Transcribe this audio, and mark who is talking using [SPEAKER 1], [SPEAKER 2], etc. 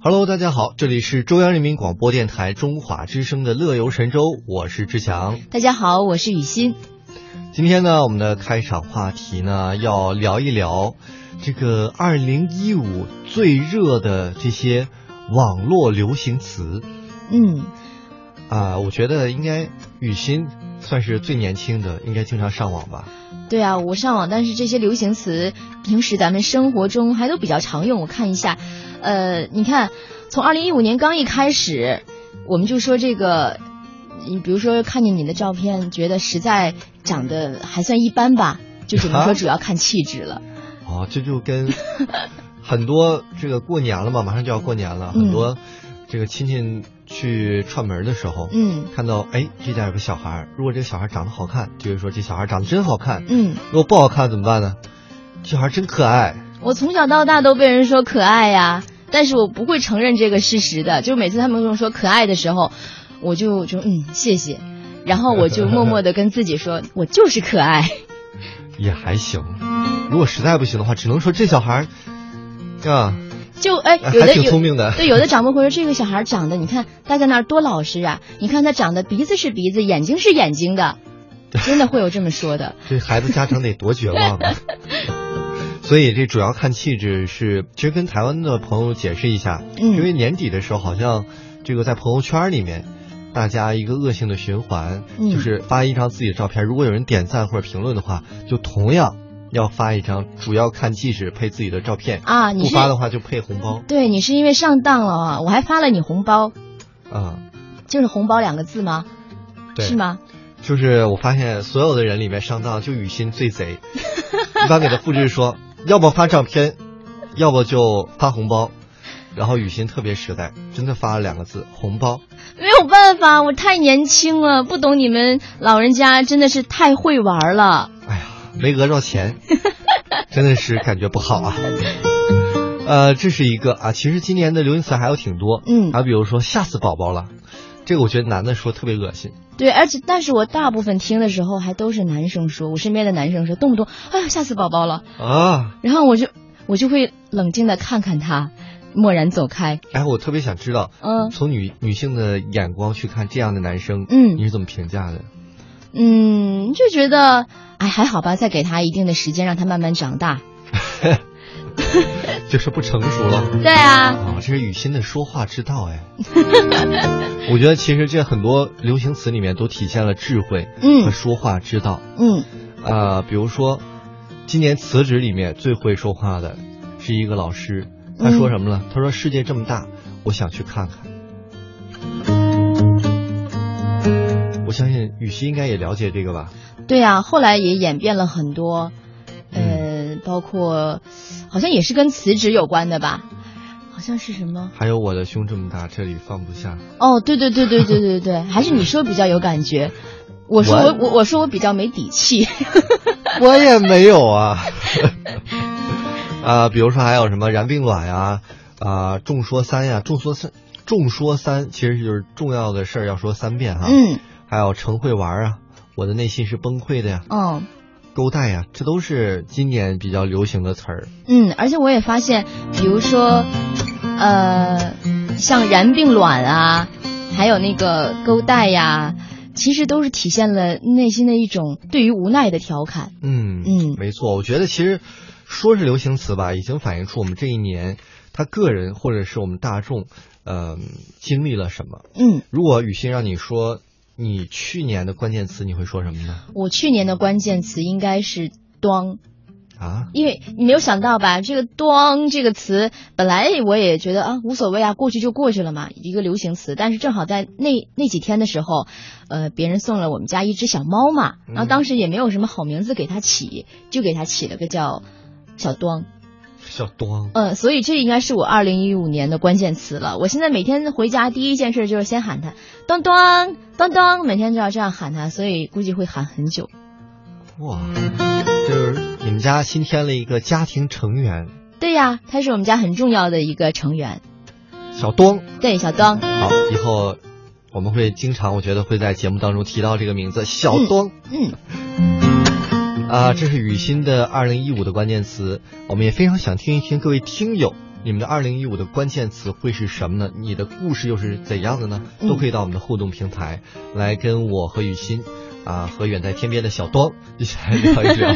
[SPEAKER 1] Hello，大家好，这里是中央人民广播电台中华之声的《乐游神州》，我是志强。
[SPEAKER 2] 大家好，我是雨欣。
[SPEAKER 1] 今天呢，我们的开场话题呢，要聊一聊这个二零一五最热的这些网络流行词
[SPEAKER 2] 嗯，
[SPEAKER 1] 啊、我觉得应该雨欣算是最年轻的，应该经常上网吧。
[SPEAKER 2] 对啊，我上网，但是这些流行词平时咱们生活中还都比较常用。我看一下，呃，你看，从二零一五年刚一开始，我们就说这个，你比如说看见你的照片，觉得实在长得还算一般吧，就只能
[SPEAKER 1] 啊
[SPEAKER 2] 说主要看气质了。
[SPEAKER 1] 哦，这就 跟很多这个过年了嘛，马上就要过年了，很
[SPEAKER 2] 嗯
[SPEAKER 1] 多这个亲戚去串门的时候，
[SPEAKER 2] 嗯
[SPEAKER 1] 看到哎这家有个小孩儿，如果这个小孩儿长得好看，就会说这小孩儿长得真好看；
[SPEAKER 2] 嗯，
[SPEAKER 1] 如果不好看怎么办呢？这小孩儿真可爱。
[SPEAKER 2] 我从小到大都被人说可爱呀，但是我不会承认这个事实的。就每次他们跟我说可爱的时候，我就就嗯谢谢，然后我就默默的跟自己说，我就是可爱。
[SPEAKER 1] 也还行。如果实在不行的话，只能说这小孩儿啊，
[SPEAKER 2] 就哎，有
[SPEAKER 1] 还
[SPEAKER 2] 的
[SPEAKER 1] 挺聪
[SPEAKER 2] 有
[SPEAKER 1] 明的。
[SPEAKER 2] 对有的长辈会说这个小孩长得，你看待在那儿多老实啊，你看他长得鼻子是鼻子，眼睛是眼睛 的，真的会有这么说的。
[SPEAKER 1] 这孩子家长得多绝望 啊！所以这主要看气质是，其实跟台湾的朋友解释一下，因
[SPEAKER 2] 嗯
[SPEAKER 1] 为年底的时候好像这个在朋友圈里面。大家一个恶性的循环，
[SPEAKER 2] 嗯
[SPEAKER 1] 就是发一张自己的照片，如果有人点赞或者评论的话，就同样要发一张，主要看气质配自己的照片，
[SPEAKER 2] 啊，
[SPEAKER 1] 不
[SPEAKER 2] 你是
[SPEAKER 1] 发的话就配红包
[SPEAKER 2] 对你是因为上当了啊，我还发了你红包，
[SPEAKER 1] 啊、
[SPEAKER 2] 就是红包两个字吗？
[SPEAKER 1] 对，
[SPEAKER 2] 是？吗？
[SPEAKER 1] 就是我发现所有的人里面上当，就雨欣最 贼，一般给他复制说，要么发照片，要么就发红包。然后雨欣特别实在，真的发了两个字红包。
[SPEAKER 2] 没有办法，我太年轻了，不懂你们老人家真的是太会玩了。
[SPEAKER 1] 哎呀，没讹着 钱，真的是感觉不好啊。呃，这是一个啊，其实今年的流行词还有挺多，
[SPEAKER 2] 嗯，
[SPEAKER 1] 还比如说吓死宝宝了，这个我觉得男的说特别恶心。
[SPEAKER 2] 对，而且但是我大部分听的时候还都是男生说，我身边的男生说，动不动哎呀吓死宝宝了，
[SPEAKER 1] 啊，
[SPEAKER 2] 然后我就我就会冷静的看看他，默然走开。
[SPEAKER 1] 哎，我特别想知道，
[SPEAKER 2] 嗯
[SPEAKER 1] 从女女性的眼光去看这样的男生，你
[SPEAKER 2] 嗯
[SPEAKER 1] 是怎么评价的？
[SPEAKER 2] 嗯，就觉得哎还好吧，再给他一定的时间，让他慢慢长大。
[SPEAKER 1] 就是不成熟了
[SPEAKER 2] 对啊，
[SPEAKER 1] 啊！这是雨欣的说话之道 哎。我觉得其实这很多流行词里面都体现了智慧和
[SPEAKER 2] 嗯
[SPEAKER 1] 说话之道
[SPEAKER 2] 嗯
[SPEAKER 1] 啊、比如说，今年辞职里面最会说话的是一个老师，他说什么了？他说：“世界这么大，我想去看看。”我相信雨欣应该也了解这个吧？
[SPEAKER 2] 对啊，后来也演变了很多，呃，包括好像也是跟辞职有关的吧，好像是什么？
[SPEAKER 1] 还有我的胸这么大，这里放不下。
[SPEAKER 2] 哦，对对对对对对对，还是你说比较有感觉，我说我我我说我比较没底气。
[SPEAKER 1] 我也没有啊。 啊，比如说还有什么燃并卵呀，啊，众说三呀，众说三，众说三，其实就是重要的事儿要说三遍哈、
[SPEAKER 2] 嗯
[SPEAKER 1] 还有成会玩啊，我的内心是崩溃的呀，
[SPEAKER 2] 嗯
[SPEAKER 1] 勾带呀，这都是今年比较流行的词儿。
[SPEAKER 2] 嗯，而且我也发现，比如说，呃，像燃并卵啊，还有那个勾带呀、其实都是体现了内心的一种对于无奈的调侃。
[SPEAKER 1] 嗯
[SPEAKER 2] 嗯
[SPEAKER 1] 没错，我觉得其实说是流行词吧，已经反映出我们这一年他个人或者是我们大众，呃，经历了什么。
[SPEAKER 2] 嗯，
[SPEAKER 1] 如果雨欣让你说你去年的关键词，你会说什么呢？
[SPEAKER 2] 我去年的关键词应该是“装”。
[SPEAKER 1] 啊，
[SPEAKER 2] 因为你没有想到吧，这个“咚”这个词，本来我也觉得啊无所谓啊，过去就过去了嘛，一个流行词。但是正好在那那几天的时候，呃，别人送了我们家一只小猫嘛，
[SPEAKER 1] 嗯
[SPEAKER 2] 然后当时也没有什么好名字给它起，就给它起了个叫小咚。
[SPEAKER 1] 小咚，
[SPEAKER 2] 嗯，所以这应该是我二零一五年的关键词了。我现在每天回家第一件事就是先喊它“咚咚咚咚”，每天就要这样喊它，所以估计会喊很久。
[SPEAKER 1] 哇，就是你们家新添了一个家庭成员，
[SPEAKER 2] 对呀，它是我们家很重要的一个成员。
[SPEAKER 1] 小咚。
[SPEAKER 2] 对，小咚。
[SPEAKER 1] 好，以后我们会经常，我觉得会在节目当中提到这个名字，小咚。
[SPEAKER 2] 嗯。
[SPEAKER 1] 啊，这是雨欣的二零一五的关键词，我们也非常想听一听各位听友你们的二零一五的关键词会是什么呢？你的故事又是怎样的呢？
[SPEAKER 2] 嗯
[SPEAKER 1] 都可以到我们的互动平台 来跟我和雨欣啊和远在天边的小东一起来聊一聊。